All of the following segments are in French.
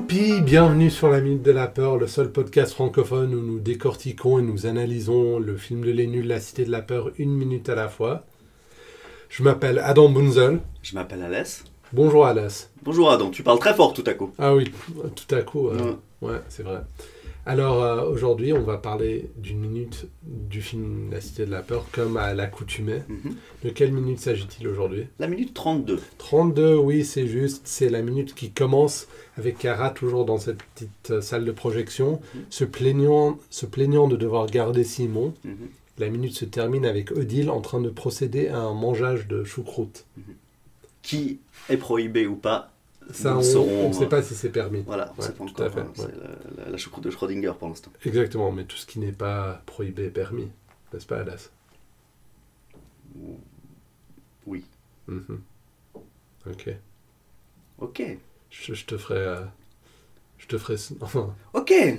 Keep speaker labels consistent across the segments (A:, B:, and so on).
A: bienvenue sur la Minute de la Peur, le seul podcast francophone où nous décortiquons et nous analysons le film de Les Nuls, La Cité de la Peur, une minute à la fois. Je m'appelle Adam Bunzel.
B: Je m'appelle Alès.
A: Bonjour Alès.
B: Bonjour Adam, tu parles très fort tout à coup.
A: Ah oui, tout à coup. euh, Ouais, c'est vrai. Alors euh, aujourd'hui, on va parler d'une minute du film La Cité de la Peur, comme à l'accoutumée.
B: Mhm.
A: De quelle minute s'agit-il aujourd'hui
B: La minute 32.
A: 32, oui, c'est juste. C'est la minute qui commence avec Cara toujours dans cette petite euh, salle de projection,
B: Mhm.
A: se, plaignant, se plaignant de devoir garder Simon.
B: Mhm.
A: La minute se termine avec Odile en train de procéder à un mangeage de choucroute.
B: Qui est prohibé ou pas
A: Ça,
B: nous
A: on
B: le saurons,
A: on ne sait
B: euh,
A: pas si c'est permis.
B: Voilà, on
A: Ouais,
B: sait pas
A: tout
B: encore.
A: à fait,
B: hein, c'est
A: ouais.
B: la, la- la choucroute de Schrödinger pour l'instant.
A: Exactement, mais tout ce qui n'est pas prohibé est permis. N'est-ce pas, Alas
B: Oui.
A: Mhm. Ok.
B: Ok.
A: Je, je te ferai. euh, je te ferai. s- Enfin,
B: Ok. Ouais,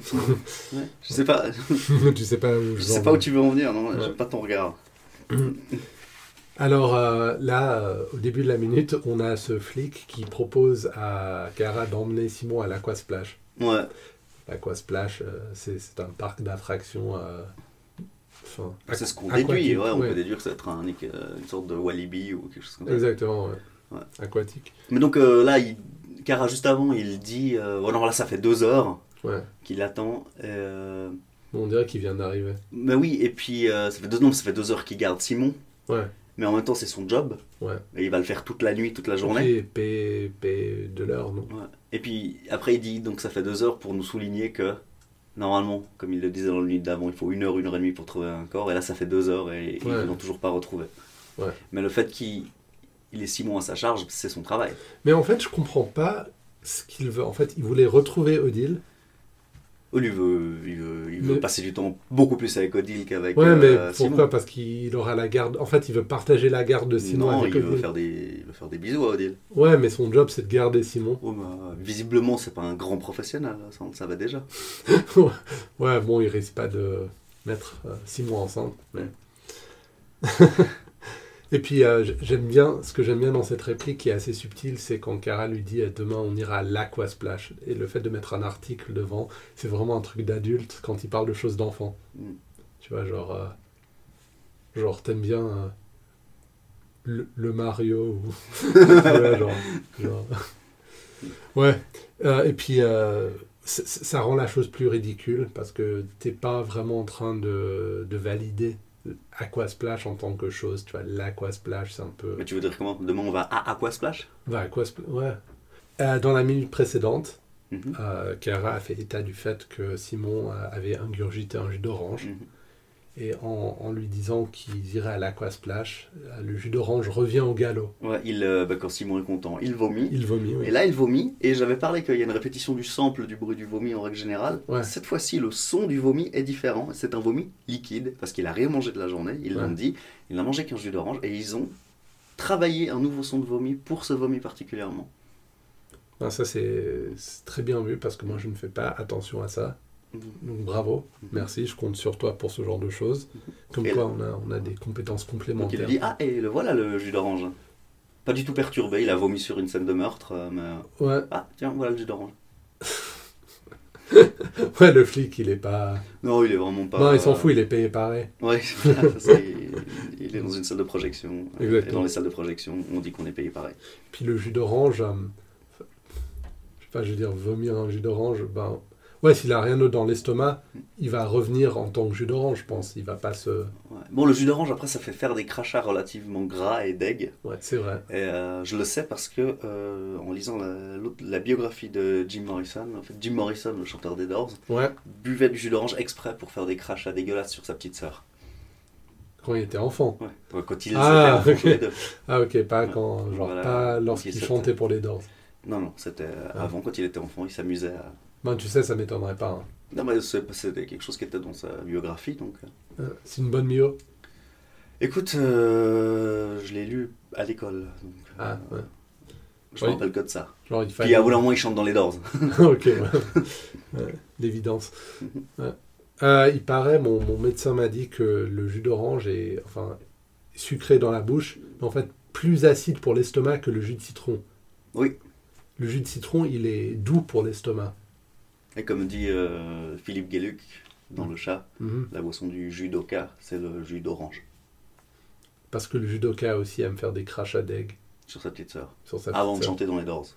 B: Je sais pas,
A: tu sais pas où
B: je
A: je
B: sais
A: en
B: pas
A: vais.
B: où tu veux en venir, non
A: Ouais.
B: J'ai pas ton regard.
A: Alors euh, là, euh, au début de la minute, on a ce flic qui propose à Cara d'emmener Simon à l'Aquasplash.
B: Ouais.
A: L'Aquasplash, euh, c'est c'est un parc d'attractions. euh, enfin,
B: Ah, C'est ce qu'on
A: aquatique,
B: déduit. Ouais, on
A: ouais.
B: peut déduire que ça va être un- euh, une sorte de Walibi ou quelque chose comme ça.
A: Exactement, ouais.
B: Ouais.
A: Aquatique.
B: Mais donc euh, là, il... Cara, juste avant, il dit. euh, oh non, là, ça fait deux heures
A: Ouais.
B: qu'il attend. euh,
A: On dirait qu'il vient d'arriver.
B: Mais Bah oui, et puis euh, ça, fait deux... non, ça fait deux heures qu'il garde Simon.
A: Ouais.
B: Mais en même temps, c'est son job.
A: Ouais.
B: Et il va le faire toute la nuit, toute la journée.
A: Et P, P de l'heure, non
B: Ouais. Et puis après, il dit donc ça fait deux heures pour nous souligner que normalement, comme il le disait dans le nuit d'avant, il faut une heure, une heure et demie pour trouver un corps. Et là, ça fait deux heures et ils
A: Ouais.
B: ne l'ont toujours pas retrouvé.
A: Ouais.
B: Mais le fait qu'il il ait Simon à sa charge, c'est son travail.
A: Mais en fait, je comprends pas ce qu'il veut. En fait, il voulait retrouver Odile.
B: Oh, lui, il veut, il veut, il veut
A: Mais-
B: passer du temps beaucoup plus avec Odile qu'avec
A: Ouais,
B: euh,
A: mais
B: Simon.
A: pourquoi Parce qu'il aura la garde. En fait, il veut partager la garde de Simon
B: non,
A: avec
B: il veut,
A: Odile.
B: faire des, il veut faire des bisous à Odile.
A: Ouais, mais son job, c'est de garder Simon.
B: Oh, bah, visiblement, c'est pas un grand professionnel, ça on le savait déjà.
A: Ouais, bon, il risque pas de mettre euh, Simon enceinte. mais- Et puis, euh, j- j'aime bien, ce que j'aime bien dans cette réplique qui est assez subtile, c'est quand Cara lui dit euh, Demain, on ira à l'Aquasplash. Et le fait de mettre un article devant, c'est vraiment un truc d'adulte quand il parle de choses d'enfant.
B: Mm.
A: Tu vois, genre, euh, genre t'aimes bien euh, le, le Mario ou... ouais, genre, genre. Ouais. Euh, et puis, euh, c- c- ça rend la chose plus ridicule parce que t'es pas vraiment en train de, de valider Aquasplash en tant que chose. Tu vois, l'Aquasplash, c'est un peu...
B: Mais Bah, tu veux dire comment Demain, on va à Aquasplash
A: Bah, Aquasplash, ouais. Euh, dans la minute précédente,
B: Mhm.
A: euh, Kara a fait état du fait que Simon euh, avait ingurgité un jus d'orange.
B: Mhm.
A: Et en, en lui disant qu'ils iraient à l'Aquasplash, euh, le jus d'orange revient au galop.
B: Ouais, il, euh, bah, quand Simon est content, il vomit.
A: Il vomit, oui.
B: Et là, il vomit. Et j'avais parlé qu'il y a une répétition du sample du bruit du vomi en règle générale.
A: Ouais.
B: Cette fois-ci, le son du vomi est différent. C'est un vomi liquide parce qu'il a rien mangé de la journée. Ils
A: Ouais.
B: l'ont dit. Il n'a mangé qu'un jus d'orange et ils ont travaillé un nouveau son de vomi pour ce vomi particulièrement.
A: Non, ça, c'est c'est très bien vu parce que moi, je ne fais pas attention à ça.
B: Mhm.
A: Donc, bravo, merci, je compte sur toi pour ce genre de choses. Comme
B: Et
A: quoi, on a, on a des compétences
B: Donc il a
A: complémentaires.
B: dit ah et le voilà le jus d'orange. Pas du tout perturbé. Il a vomi sur une scène de meurtre. euh, Mais... euh,
A: Ouais,
B: Ah tiens voilà le jus d'orange.
A: ouais, le flic, il est pas.
B: Non il est vraiment pas.
A: non, il s'en
B: euh,
A: fout, il est payé pareil.
B: Ouais, ça, c'est- il, est dans une salle de projection.
A: Exactement.
B: Et dans les salles de projection, on dit qu'on est payé pareil.
A: Puis le jus d'orange, euh, je sais pas, je veux dire, vomir un jus d'orange, ben. Ouais, s'il a rien d'autre dans l'estomac, il va revenir en tant que jus d'orange, je pense. Il va pas se.
B: Ouais. Bon, le jus d'orange, après, ça fait faire des crachats relativement gras et deg.
A: Ouais, c'est vrai.
B: Et euh, je le sais parce que, euh, en lisant la, l'autre- la biographie de Jim Morrison, en fait, Jim Morrison, le chanteur des Doors,
A: Ouais,
B: buvait du jus d'orange exprès pour faire des crachats dégueulasses sur sa petite sœur.
A: quand il était enfant.
B: Ouais. Ouais, Quand ils
A: Ah,
B: étaient enfants, tous
A: ok.
B: les deux.
A: Ah, ok, pas
B: Ouais.
A: quand. Genre,
B: Voilà.
A: pas
B: Quand il
A: lorsqu'il
B: sortait.
A: chantait pour les danses.
B: Non, non, c'était euh,
A: Ah.
B: avant, quand il était enfant, il s'amusait à.
A: Ben, tu sais, ça m'étonnerait pas. hein.
B: Non, mais c'est- c'était quelque chose qui était dans sa biographie, donc. euh.
A: Euh, C'est une bonne mio.
B: Écoute, euh, je l'ai lu à l'école, donc. euh,
A: Ah, ouais.
B: Je me
A: Oui.
B: rappelle que de ça.
A: Genre, il fallait.
B: Puis à un moment, il chante dans les Doors.
A: ok, ouais. Ouais, l'évidence. Ouais. Euh, il paraît, mon, mon médecin m'a dit que le jus d'orange est enfin, sucré dans la bouche, mais en fait plus acide pour l'estomac que le jus de citron.
B: Oui.
A: Le jus de citron, il est doux pour l'estomac.
B: Et comme dit euh, Philippe Guéluc dans Le Chat,
A: Mhm.
B: la boisson du jus d'oca, c'est le jus d'orange
A: Parce que le judoka aussi aime faire des crachats d'aigle
B: sur sa petite sœur.
A: sur sa
B: Avant
A: petite
B: de
A: sœur.
B: chanter dans les Doors.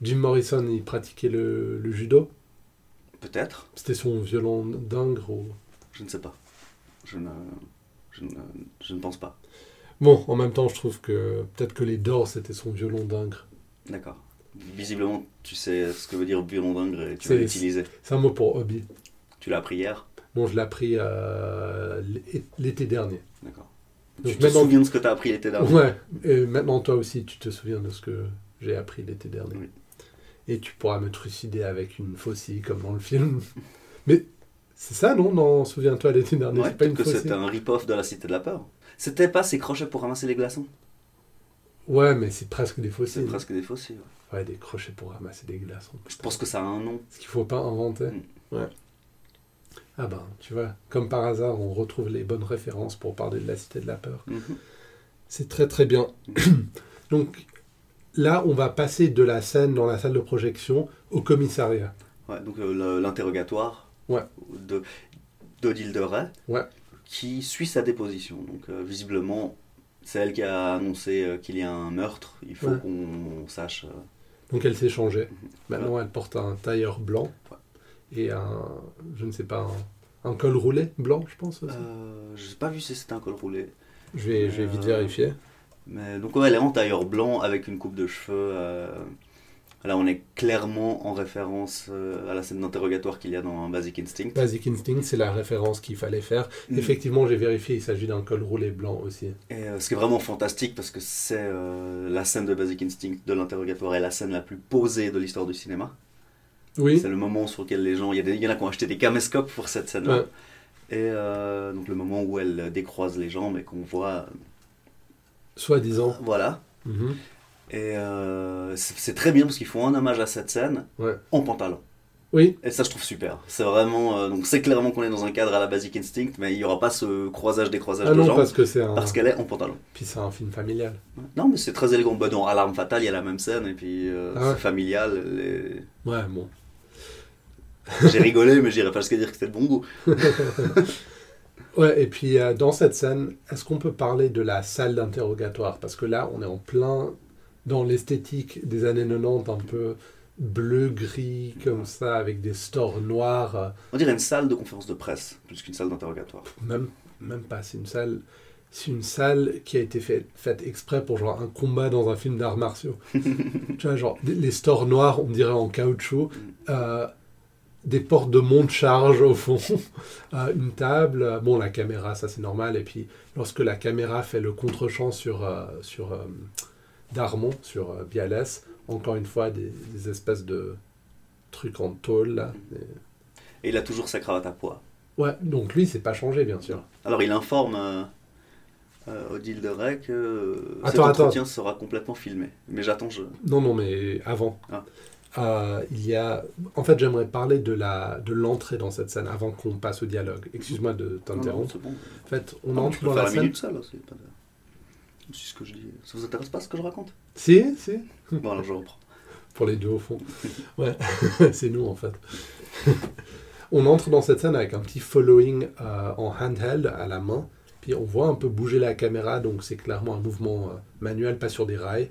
A: Jim Morrison, il pratiquait le, le judo.
B: Peut-être,
A: C'était son violon dingue. Ou...
B: je ne sais pas. Je ne, je ne, je ne pense pas.
A: Bon, en même temps, je trouve que peut-être que les Doors, c'était son violon dingue.
B: D'accord. Visiblement, tu sais ce que veut dire violon dingue et tu l'as
A: C'est-
B: utilisé.
A: C'est un mot pour hobby.
B: Tu l'as appris hier.
A: Bon, je l'ai appris euh, l'é- l'été dernier.
B: D'accord.
A: Donc
B: Tu te
A: maintenant-
B: souviens de ce que tu as appris l'été dernier
A: Ouais, et maintenant toi aussi, tu te souviens de ce que j'ai appris l'été dernier.
B: Oui.
A: Et tu pourras me trucider avec une faucille comme dans le film. Mais c'est ça, non Non, souviens-toi l'été dernier,
B: Ouais,
A: Ah, c'est pas
B: peut-être
A: une
B: que
A: faucille.
B: c'était un rip-off de la Cité de la Peur. C'était pas ces crochets pour ramasser les glaçons
A: Ouais, mais c'est presque des
B: C'est
A: faucilles.
B: presque des fossiles. ouais.
A: Ouais, des crochets pour ramasser des glaçons.
B: Je pense que ça a un nom.
A: Ce qu'il faut pas inventer.
B: Mm.
A: Ouais. Ah ben, tu vois, comme par hasard, on retrouve les bonnes références pour parler de la cité de la peur.
B: Mhm.
A: C'est très très bien. Donc là, on va passer de la scène dans la salle de projection au commissariat.
B: Ouais, donc euh, le- l'interrogatoire
A: Ouais.
B: de d'Odile de Ray,
A: Ouais.
B: qui suit sa déposition. Donc euh, visiblement, c'est elle qui a annoncé euh, qu'il y a un meurtre. Il faut
A: Ouais.
B: qu'on sache. euh,
A: Donc elle s'est changée. Maintenant, elle porte un tailleur blanc
B: Ouais.
A: et un, je ne sais pas, un, un col roulé blanc, je pense. aussi.
B: euh, je n'ai pas vu si c'était un col roulé.
A: je, vais, je vais vite
B: euh,
A: vérifier.
B: Mais, donc ouais, elle est en tailleur blanc avec une coupe de cheveux. euh, là, on est clairement en référence euh, à la scène d'interrogatoire qu'il y a dans Basic Instinct.
A: Basic Instinct, c'est la référence qu'il fallait faire.
B: Mm.
A: Effectivement, j'ai vérifié, il s'agit d'un col roulé blanc aussi.
B: Et euh, ce qui est vraiment fantastique parce que c'est euh, la scène de Basic Instinct de l'interrogatoire est la scène la plus posée de l'histoire du cinéma.
A: Oui,
B: C'est le moment sur lequel les gens, il y, a des- il y en a qui ont acheté des caméscopes pour cette scène-là.
A: Ouais.
B: Et euh, donc le moment où elle décroise les jambes et qu'on voit,
A: soi-disant.
B: voilà.
A: Mhm.
B: Et euh, c'est c'est très bien parce qu'ils font un hommage à cette scène
A: Ouais.
B: en pantalon.
A: Oui,
B: Et ça, je trouve super. C'est vraiment. euh, donc, c'est clairement qu'on est dans un cadre à la Basic Instinct, mais il n'y aura pas ce croisage des croisages
A: ah
B: de
A: non,
B: gens.
A: parce que c'est un...
B: Parce qu'elle est en pantalon.
A: Puis c'est un film familial.
B: Non, mais c'est très élégant. Bah, dans Alarme Fatale, il y a la même scène, et puis euh,
A: Ah ouais.
B: c'est familial. les-
A: Ouais, bon.
B: J'ai rigolé, mais j'irai pas jusqu'à dire que c'était de bon goût.
A: Ouais, et puis euh, dans cette scène, est-ce qu'on peut parler de la salle d'interrogatoire Parce que là, on est en plein dans l'esthétique des années 90, un peu bleu-gris, comme ça, avec des stores noirs. euh,
B: On dirait une salle de conférence de presse, plus qu'une salle d'interrogatoire.
A: Même, même pas, c'est une salle. C'est une salle qui a été fait- faite exprès pour genre un combat dans un film d'arts martiaux. tu vois, genre des- les stores noirs, on dirait en caoutchouc, euh, des portes de monte-charge au fond, euh, une table, euh, bon la caméra, ça c'est normal, et puis lorsque la caméra fait le contre-champ sur, euh, sur euh, Darmon, sur euh, Bialès, encore une fois des, des espèces de trucs en tôle. là.
B: Et il a toujours sa cravate à poids.
A: Ouais, donc lui, c'est pas changé, bien sûr.
B: Alors, il informe euh, euh, Odile de Ray que euh, cet
A: Attends,
B: entretien sera complètement filmé. Mais j'attends, je.
A: Non, non, mais avant.
B: Ah.
A: Euh, il y a... En fait, j'aimerais parler de la de l'entrée dans cette scène avant qu'on passe au dialogue. Excuse-moi de
B: Non, non,
A: t'interrompre.
B: c'est bon.
A: En fait, on
B: Ah, tu
A: entre
B: peux
A: dans
B: faire
A: la
B: la
A: scène.
B: minute seule aussi. pas de- C'est ce que je dis. Ça vous intéresse pas ce que je raconte
A: Si, si.
B: Bon, alors je reprends.
A: Pour les deux au fond. Ouais, c'est nous en fait. on entre dans cette scène avec un petit following euh, en handheld à la main. Puis on voit un peu bouger la caméra, donc c'est clairement un mouvement euh, manuel, pas sur des rails.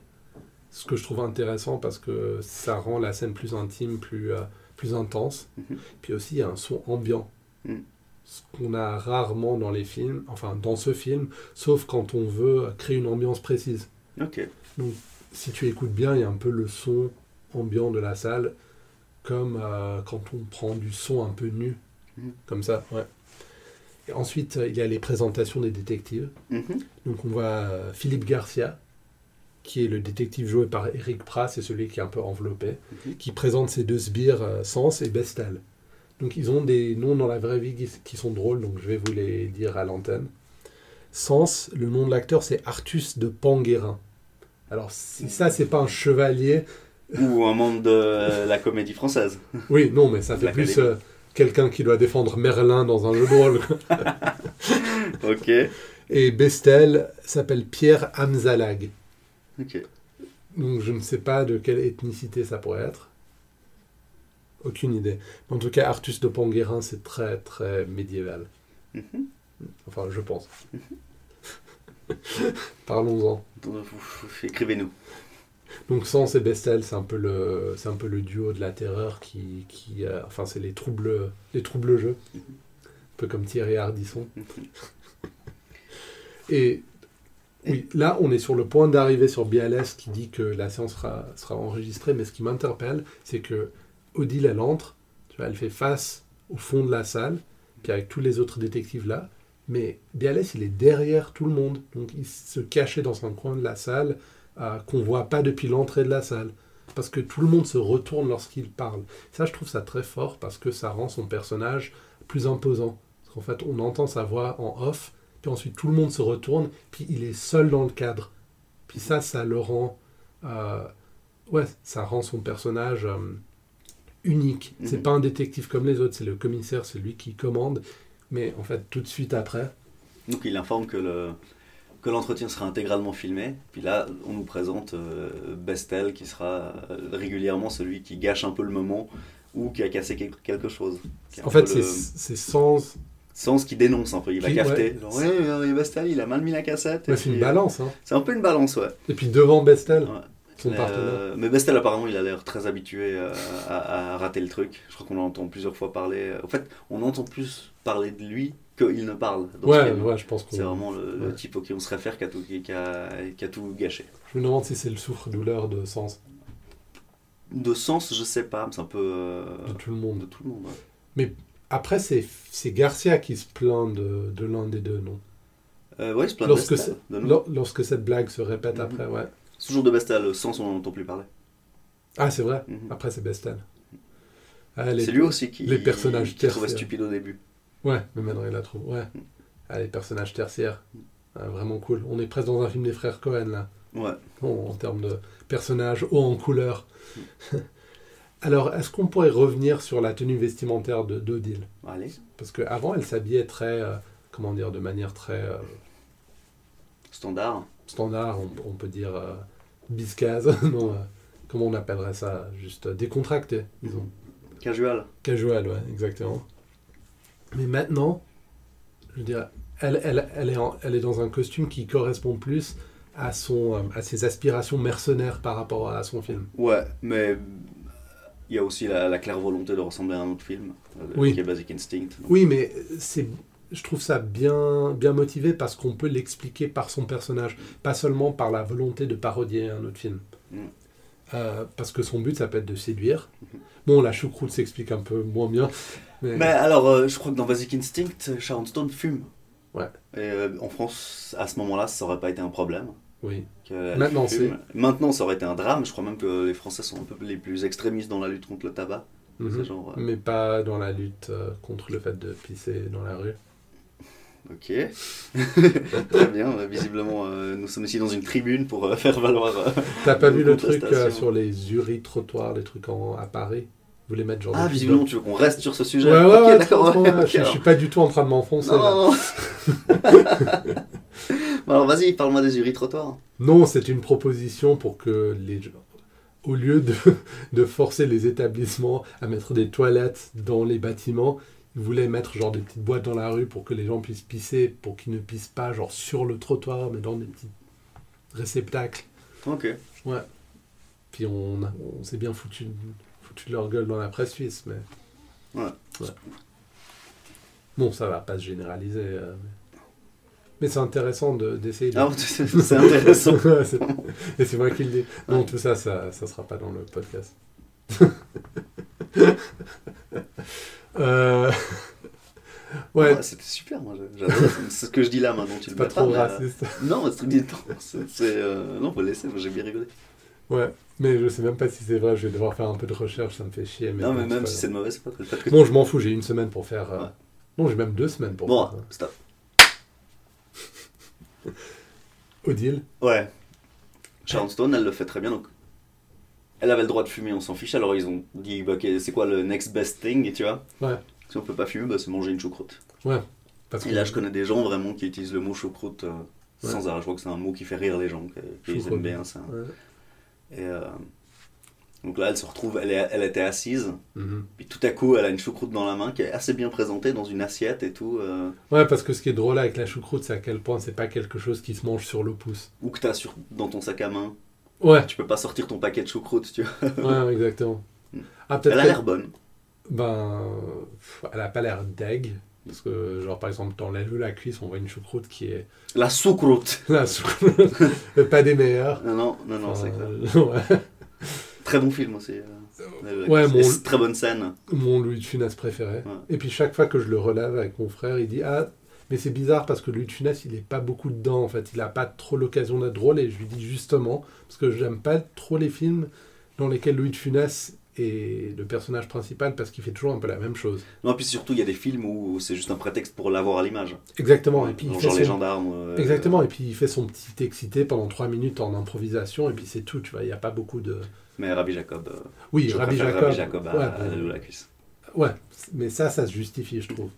A: Ce que je trouve intéressant parce que ça rend la scène plus intime, plus, euh, plus intense.
B: Mhm.
A: Puis aussi, il y a un son ambiant.
B: Mhm.
A: Ce qu'on a rarement dans les films, enfin dans ce film, sauf quand on veut euh, créer une ambiance précise
B: Ok.
A: si tu écoutes bien, il y a un peu le son ambiant de la salle, comme euh, quand on prend du son un peu nu,
B: Mhm.
A: comme ça. Ouais. Et ensuite, euh, il y a les présentations des détectives.
B: Mhm.
A: Donc on voit euh, Philippe Garcia, qui est le détective joué par Eric Prass, c'est celui qui est un peu enveloppé,
B: Mhm.
A: qui présente ces deux sbires, euh, Sens et Bestal. Donc ils ont des noms dans la vraie vie qui, qui sont drôles, donc je vais vous les dire à l'antenne. Sens, le nom de l'acteur, c'est Artus de Panguérin. Alors si ça, c'est pas un chevalier,
B: Ou un membre de euh, la comédie française.
A: oui, non, mais ça fait
B: La
A: plus
B: Académie.
A: euh, quelqu'un qui doit défendre Merlin dans un jeu de rôle.
B: Ok.
A: Et Bestel s'appelle Pierre Hamzalag.
B: Ok.
A: Donc je ne sais pas de quelle ethnicité ça pourrait être. Aucune idée. En tout cas, Artus de Panguérin, c'est très, très médiéval.
B: Mhm.
A: Enfin, je pense. Parlons-en.
B: Donc, vous- vous- Écrivez-nous.
A: Donc, Sans et Bestel, c'est un peu le, c'est un peu le duo de la terreur qui, qui euh, enfin, c'est les troubles, les troubles jeux. Un peu comme Thierry Hardisson. Et oui, là, on est sur le point d'arriver sur BLS qui dit que la séance sera, sera enregistrée, mais ce qui m'interpelle, c'est que Odile, elle entre, tu vois, elle fait face au fond de la salle, puis avec tous les autres détectives là, mais BLS, il est derrière tout le monde, donc il se cachait dans un coin de la salle euh, qu'on voit pas depuis l'entrée de la salle, parce que tout le monde se retourne lorsqu'il parle. Ça, je trouve ça très fort, parce que ça rend son personnage plus imposant. Parce qu'en fait, on entend sa voix en off, puis ensuite tout le monde se retourne, puis il est seul dans le cadre. Puis ça, ça le rend. euh, ouais, ça rend son personnage euh, unique. C'est
B: Mhm.
A: pas un détective comme les autres, c'est le commissaire, c'est lui qui commande. Mais en fait, tout de suite après,
B: Donc il informe que le que l'entretien sera intégralement filmé. Puis là, on nous présente euh, Bestel, qui sera euh, régulièrement celui qui gâche un peu le moment ou qui a cassé quel- quelque chose. Qui est un
A: en fait,
B: peu
A: c'est
B: le
A: c'est sans.
B: sens qui dénonce un peu. Il va
A: Qui-
B: capter.
A: ouais.
B: Genre, Ouais, ouais, Bestel, il a mal mis la cassette. et
A: ouais, c'est une
B: puis,
A: balance. Hein.
B: euh, C'est un peu une balance, ouais.
A: Et puis devant Bestel,
B: Ouais.
A: son
B: Mais,
A: partenaire.
B: euh, mais Bestel, apparemment, il a l'air très habitué euh, à, à rater le truc. Je crois qu'on l'entend plusieurs fois parler. En fait, on entend plus parler de lui qu'il ne parle. dans ce
A: Ouais,
B: film.
A: ouais, je pense qu'on.
B: C'est vraiment le, le
A: Ouais.
B: type auquel on se réfère qui a tout, qui a- qui a tout gâché.
A: Je me demande si c'est le souffre-douleur de Sens,
B: De sens, je sais pas, mais c'est un peu euh,
A: de tout le monde.
B: de tout le monde. ouais.
A: Après, c'est c'est Garcia qui se plaint de, de l'un des deux, non
B: Euh, ouais, c'est plein de
A: Lorsque
B: Bestal. de nous.
A: Lor- Lorsque cette blague se répète
B: Mhm.
A: après, ouais.
B: C'est toujours de Bestal, euh, le sens, on n'entend plus parler.
A: Ah, c'est vrai.
B: Mhm.
A: Après, c'est Bestel. Ah, les-
B: C'est lui aussi qui,
A: les personnages
B: qui trouvait
A: tertiaires.
B: stupide au début.
A: Ouais, mais maintenant il la trouve. Ouais. Ah, les personnages tertiaires. Ah, vraiment cool. On est presque dans un film des frères Cohen, là.
B: Ouais.
A: Bon, en termes de personnages haut en couleur.
B: Mm.
A: Alors, est-ce qu'on pourrait revenir sur la tenue vestimentaire de d'Odile
B: Allez,
A: Parce qu'avant, elle s'habillait très. euh, comment dire De manière très euh,
B: standard.
A: standard, on, on peut dire euh, biscase. non, euh, comment on appellerait ça Juste euh, décontracté, disons.
B: Casual.
A: Casual, ouais, exactement. Mais maintenant, je dirais, elle, elle, elle, est, en- elle est dans un costume qui correspond plus à, son, euh, à ses aspirations mercenaires par rapport à son film.
B: Ouais, mais euh, il y a aussi la, la claire volonté de ressembler à un autre film, euh,
A: Oui.
B: qui est Basic Instinct. Donc,
A: Oui, mais c'est, je trouve ça bien, bien motivé parce qu'on peut l'expliquer par son personnage, pas seulement par la volonté de parodier un autre film.
B: Mm.
A: Euh, parce que son but, ça peut être de séduire. Bon, la choucroute s'explique un peu moins bien. Mais,
B: Mais alors, euh, je crois que dans Basic Instinct, Sharon Stone fume.
A: Ouais.
B: Et euh, en France, à ce moment-là, ça aurait pas été un problème.
A: oui.
B: que-
A: Maintenant,
B: fume. Maintenant, ça aurait été un drame. Je crois même que les Français sont un peu les plus extrémistes dans la lutte contre le tabac.
A: Mhm.
B: C'est genre, euh,
A: Mais pas dans la lutte euh, contre le fait de pisser dans la rue. Mhm.
B: ok. Très bien. euh, Visiblement, euh, nous sommes ici dans une tribune pour euh, faire valoir. euh,
A: T'as pas vu le truc
B: Contestation.
A: euh, sur les uris trottoirs, les trucs en, à Paris Vous voulez mettre genre.
B: Ah,
A: des
B: visiblement,
A: pubs
B: tu veux qu'on reste sur ce
A: Ouais,
B: sujet
A: ouais,
B: Ok,
A: ouais,
B: d'accord.
A: franchement,
B: ouais,
A: ouais,
B: ok,
A: je, je
B: alors.
A: suis pas du tout en train de m'enfoncer
B: Non,
A: là.
B: non, non. Bon, alors, vas-y, parle-moi des uris trottoirs.
A: Non, c'est une proposition pour que les gens- au lieu de, de forcer les établissements à mettre des toilettes dans les bâtiments, ils voulaient mettre genre des petites boîtes dans la rue pour que les gens puissent pisser, pour qu'ils ne pissent pas genre sur le trottoir, mais dans des petits réceptacles.
B: Ok.
A: Puis on, on s'est bien foutu, de- foutu de leur gueule dans la presse suisse, mais.
B: Ouais.
A: Bon, ça va pas se généraliser. euh, mais mais c'est intéressant de- d'essayer de.
B: Ah, c'est c'est intéressant.
A: Ouais, c'est- Et c'est moi qui le dis. Non, tout ça, ça, ça sera pas dans le podcast. Euh, Ouais,
B: Ah, C'était super, moi. j'adore. C'est ce que je dis là maintenant. Tu le
A: c'est pas
B: mets
A: trop
B: mais, euh,
A: raciste.
B: Non, c'est non, c'est- c'est, euh, non, faut laisser. Moi, j'ai bien rigolé.
A: Ouais, mais je sais même pas si c'est vrai. Je vais devoir faire un peu de recherche, ça me fait chier.
B: Non, mais
A: bon,
B: même
A: pas
B: si c'est de mauvais, c'est pas très.
A: grave. Bon, je m'en fous, j'ai une semaine pour faire. euh,
B: Ouais.
A: Non, j'ai même deux semaines pour
B: Bon,
A: faire. ça.
B: stop.
A: euh, Odile
B: Ouais. Sharon Stone, elle le fait très bien, donc. Elle avait le droit de fumer, on s'en fiche, alors ils ont dit, bah, ok, c'est quoi le next best thing, et tu vois
A: Ouais.
B: Si on peut pas fumer, bah, c'est manger une choucroute.
A: Parce
B: Et
A: que-
B: là, je connais des gens vraiment qui utilisent le mot choucroute euh, sans arrêt. Je crois que c'est un mot qui fait rire les gens, que- qu'ils
A: Choucroute.
B: aiment bien ça.
A: Ouais.
B: Et, euh, Donc là, elle se retrouve, elle, est- elle était assise,
A: Mhm.
B: puis tout à coup, elle a une choucroute dans la main qui est assez bien présentée dans une assiette et tout, euh,
A: Ouais, parce que ce qui est drôle avec la choucroute, c'est à quel point c'est pas quelque chose qui se mange sur le pouce.
B: ou que t'as sur, dans ton sac à main.
A: Ouais,
B: Tu peux pas sortir ton paquet de choucroute, tu vois.
A: ouais, exactement. Ah, peut-être
B: Mm. Elle a
A: que-
B: l'air bonne.
A: Ben, pff, elle a pas l'air deg. Parce que, genre, par exemple, t'enlèves la cuisse, on voit une choucroute qui est.
B: La choucroute.
A: La choucroute, pas des meilleures.
B: Non, non, Ah non, non, c'est
A: Enfin,
B: clair.
A: ouais.
B: Très bon film aussi. euh, euh,
A: Ouais,
B: c'est-
A: mon-
B: c'est Très bonne scène.
A: Mon Louis de Funès préféré.
B: Ouais.
A: Et puis, chaque fois que je le relève avec mon frère, il dit Ah, mais c'est bizarre parce que Louis de Funès, il est pas beaucoup dedans, en fait. Il a pas trop l'occasion d'être drôle. Et je lui dis justement, parce que j'aime pas trop les films dans lesquels Louis de Funès est le personnage principal parce qu'il fait toujours un peu la même chose.
B: Non, puis surtout, il y a des films où c'est juste un prétexte pour l'avoir à l'image.
A: Exactement. Et puis, il
B: genre
A: fait
B: les
A: son
B: gendarmes. euh,
A: Exactement, et puis il fait son petit excité pendant 3 minutes en improvisation, et puis c'est tout, tu vois, il n'y a pas beaucoup de...
B: Mais Rabbi Jacob. euh,
A: Oui,
B: je
A: Rabbi
B: préfère
A: Jacob.
B: Rabbi Jacob à,
A: ouais,
B: à
A: bon,
B: Lalou la cuisse.
A: ouais, mais ça, ça se justifie, je trouve.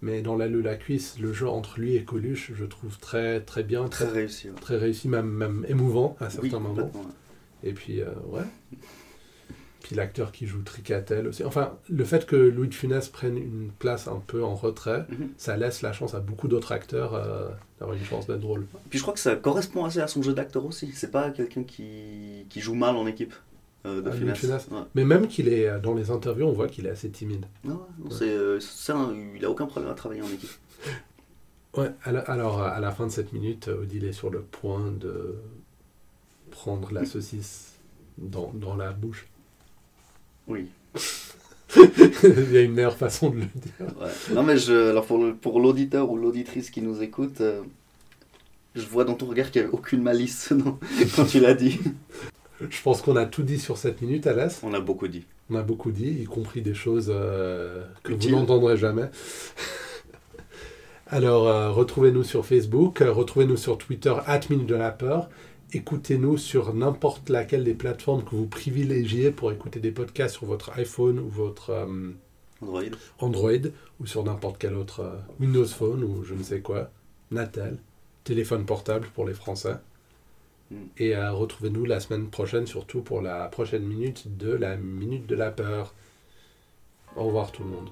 A: Mais dans La Leu la cuisse, le jeu entre lui et Coluche, je trouve très très bien,
B: Très
A: très,
B: réussi. ouais.
A: très réussi, même, même émouvant à certains
B: oui,
A: moments.
B: complètement, ouais.
A: Et puis, euh, ouais. Puis l'acteur qui joue Tricatel aussi. Enfin, le fait que Louis de Funès prenne une place un peu en retrait,
B: Mhm.
A: ça laisse la chance à beaucoup d'autres acteurs euh, d'avoir une chance d'être drôle.
B: Puis je crois que ça correspond assez à son jeu d'acteur aussi. C'est pas quelqu'un qui, qui joue mal en équipe euh, de
A: Ah,
B: Funès.
A: Louis de Funès.
B: Ouais.
A: Mais même qu'il est euh, dans les interviews, on voit qu'il est assez timide.
B: Non, ouais, non, c'est, euh, c'est un- il a aucun problème à travailler en équipe.
A: Ouais, alors, alors, à la fin de cette minute, euh, Odile est sur le point de prendre la saucisse dans, dans la bouche.
B: Oui.
A: Il y a une meilleure façon de le dire.
B: ouais. Non mais je, alors pour, le- pour l'auditeur ou l'auditrice qui nous écoute, euh, je vois dans ton regard qu'il n'y avait aucune malice non, quand tu l'as dit.
A: Je pense qu'on a tout dit sur cette minute, Alès.
B: On a beaucoup dit.
A: On a beaucoup dit, y compris des choses euh, que
B: Utiles.
A: vous n'entendrez jamais. Alors, euh, retrouvez-nous sur Facebook, euh, retrouvez-nous sur Twitter, at Minute de la Peur. Écoutez-nous sur n'importe laquelle des plateformes que vous privilégiez pour écouter des podcasts sur votre iPhone ou votre euh,
B: Android.
A: Android ou sur n'importe quel autre euh, Windows Phone ou je ne sais quoi, Natal, téléphone portable pour les Français.
B: Mm.
A: Et euh, retrouvez-nous la semaine prochaine, surtout pour la prochaine minute de la Minute de la Peur. Au revoir tout le monde.